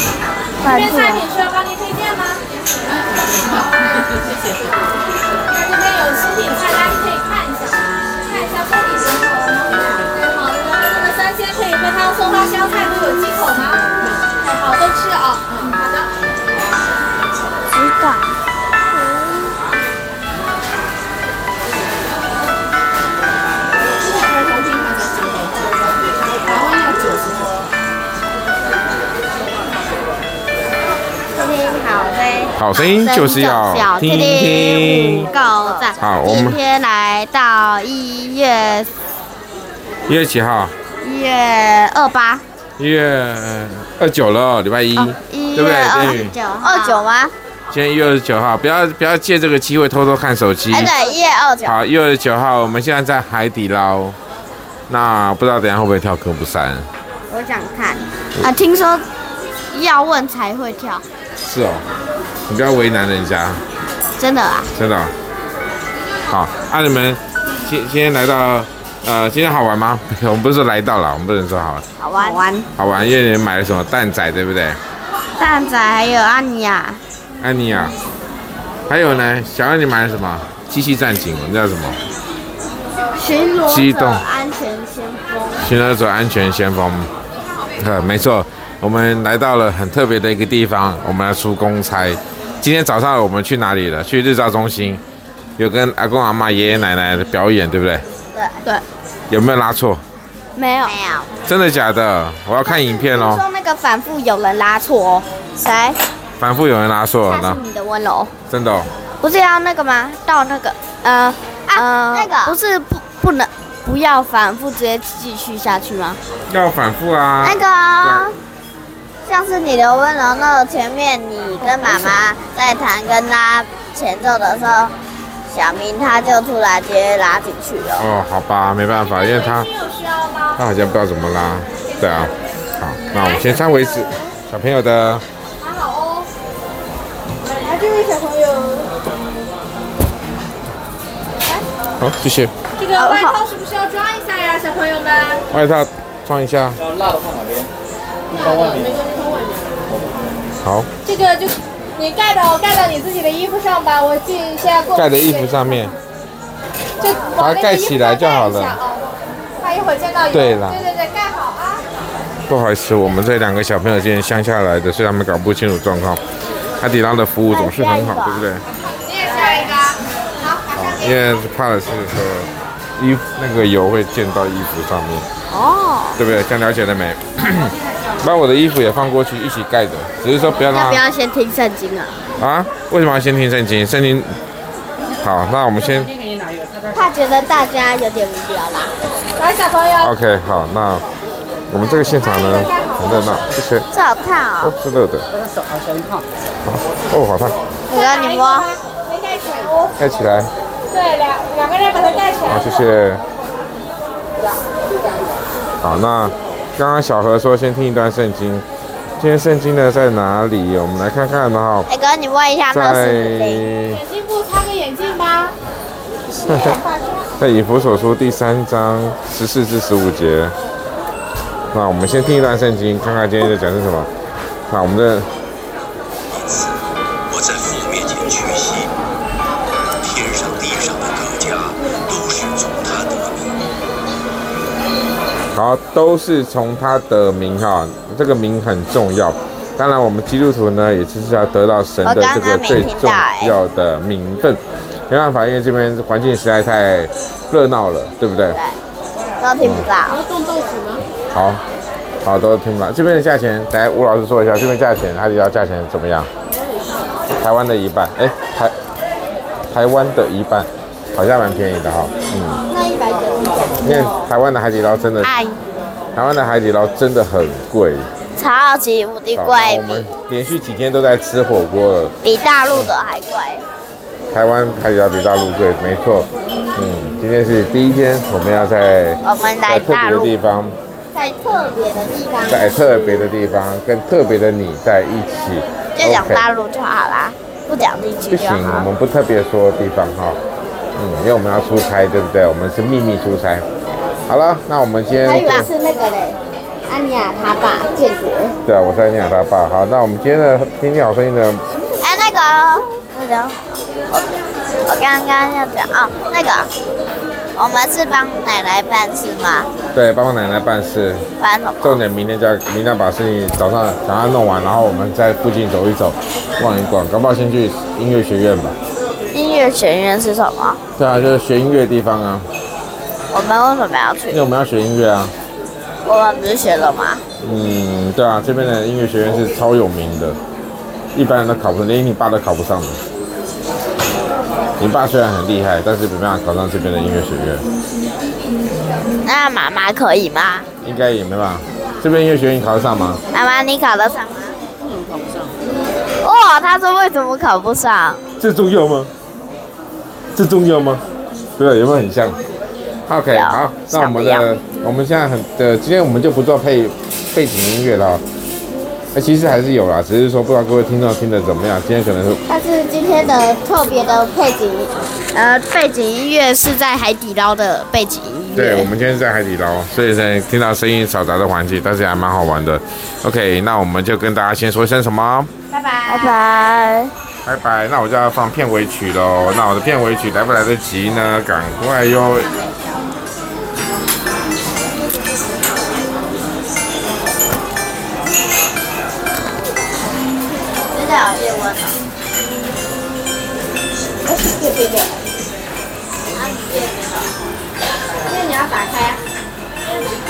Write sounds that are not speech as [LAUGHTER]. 这满边肚菜品需要帮您推荐吗？那这边有新品菜单，你可以看一下，看一下锅底是否太好了。那么三鲜可以喝汤、松花香菜都有忌口吗？太好，都吃啊、嗯，好的。鸡蛋，听好声，好声音就是要听听五。够赞。好我们今天来到一月一月几号？一月二八，一月呃二九了，礼拜一，哦一对不月对？二天十宇，九，二九吗？今天一月二十九号，不要不要借这个机会偷偷看手机。哎，对，一月二九。好，一月二十九号，我们现在在海底捞。那不知道等一下会不会跳歌不散？我想看啊，听说要问才会跳，是哦，你不要为难人家，真的啊？真的哦、好，啊，你们今今天来到，呃，今天好玩吗？ [LAUGHS] 我们不是说来到了，我们不能说好玩，好玩，好玩。好玩，因为你们买了什么蛋仔，对不对？蛋仔还有安妮亚，安妮啊，还有呢，小安你买了什么？机器战警，那叫什么？巡逻激动安全先锋，寻找者安全先锋。呃，没错，我们来到了很特别的一个地方，我们要出公差。今天早上我们去哪里了？去日照中心，有跟阿公阿妈、爷爷奶奶的表演，对不对？对对，有没有拉错？没有没有。真的假的？我要看影片听哦。说那个反复有人拉错哦，谁？反复有人拉错了那呢是，你的温柔，真的、哦。不是要那个吗？到那个呃呃啊那个不是不不能不要反复，直接继续下去吗？要反复啊。那个像是你的温柔那个前面，你跟妈啊妈在弹跟拉前奏的时候，小明他就突然间拉进去了。哦，好吧，没办法，因为他他好像不知道怎么拉，对啊。好，那我们先三为止，小朋友的。哦好哦。来，这位小朋友。好，谢谢。这个外套是不是要装一下呀，小朋友们？外套穿一下。要辣的放哪边？好，这个就你盖到盖到你自己的衣服上吧，我进现在过盖在衣服，上面。就把它盖起来就好了哦他一会儿见到以后对了对对对，盖好啊。不好意思，我们这两个小朋友今天乡下来的，所以他们搞不清楚状况。海底捞的服务总是很好，对不对？你也下一个啊，好，马上给你因为怕的是说衣服那个油会溅到衣服上面。哦，对不对？这样了解了没？ [COUGHS] 把我的衣服也放过去一起盖着，只是说不要啊要让不要先听圣经啊？它啊？为什么要先听圣经？圣经好，那我们先怕觉得大家有点无聊啦。来，小朋友， OK 好，那我们这个现场呢很热闹，谢谢。这好看哦，哦，是热的。哦，好烫，我跟再拿一你个说吧，，没盖起来哦。盖起来。对，两两个人把它盖起来。好，谢谢。好，那刚刚小何说先听一段圣经，今天圣经呢在哪里？我们来看看哈，哎哥，你问一下那在是谁？眼镜布擦个眼镜吧。在以弗所书第三章十四至十五节。那我们先听一段圣经，看看今天在讲是什么。那我们的我在父面前屈膝，天上地上的各家都是从他得名。好，都是从他的名哈，这个名很重要。当然，我们基督徒呢，也就是要得到神的这个最重要的名分。没办法，因为这边环境实在太热闹了，对不对？都听不到。好，好，都听吧。这边的价钱，来，吴老师说一下，这边价钱，海底捞价钱怎么样？台湾的一半，哎，台台湾的一半，好像蛮便宜的哈。嗯，那一百九十因为台湾的海底捞真的，哎，台湾的海底捞真的很贵。超级无敌好，贵那，我们连续几天都在吃火锅了。比大陆的还贵。台湾海底捞比大陆贵，没错。嗯，今天是第一天，我们要在我们在来特大别的陆地方，在特别的地方，在特别的地方跟特别的你在一起。就讲 OK 大陆就好啦，不讲地不区就行，我好。们不特别说地方哈。嗯，因为我们要出差，对不对？我们是秘密出差。好了，那我们今天还就有是那个嘞，安安妮亚他爸建国。对啊，我是安妮亚他爸。好，那我们今天的《听听好声音》的哎，那个，那个，我我刚刚要讲哦，那个，我们是帮奶奶办事吗？对帮我奶奶办事，办什么？重点明天就要明天要把事情早上早上弄完，然后我们在附近走一走，逛一逛，搞不好先去音乐学院吧。音乐学院是什么？对啊，就是学音乐的地方啊，我们为什么要因去？为我们要学音乐啊。我们不是学了吗？嗯，对啊，这边的音乐学院是超有名的，一般人都考不上，连你爸都考不上的。你爸虽然很厉害，但是没办法考上这边的音乐学院，那妈妈可以吗？应该也没办法。这边音乐学院你考得上吗？妈妈，你考得上吗？嗯不能考不上。哇，他说为什么考不上？这重要吗？这重要吗？对吧？有没有很像？OK，有好，那我们像不的我们现在很的今天我们就不做配背景音乐了哦。那其实还是有啦，只是说不知道各位听众听得怎么样。今天可能是但是今天的特别的背景，呃，背景音乐是在海底捞的背景音对，我乐。们今天在海底捞，所以呢听到声音嘈杂的环境，但是还蛮好玩的。OK，那我们就跟大家先说一声什么？拜拜。拜拜。那我就要放片尾曲喽。那我的片尾曲来不来得及呢？赶快哟！真的有叶问了。对对对。啊，你这也没有，因为你要打开啊。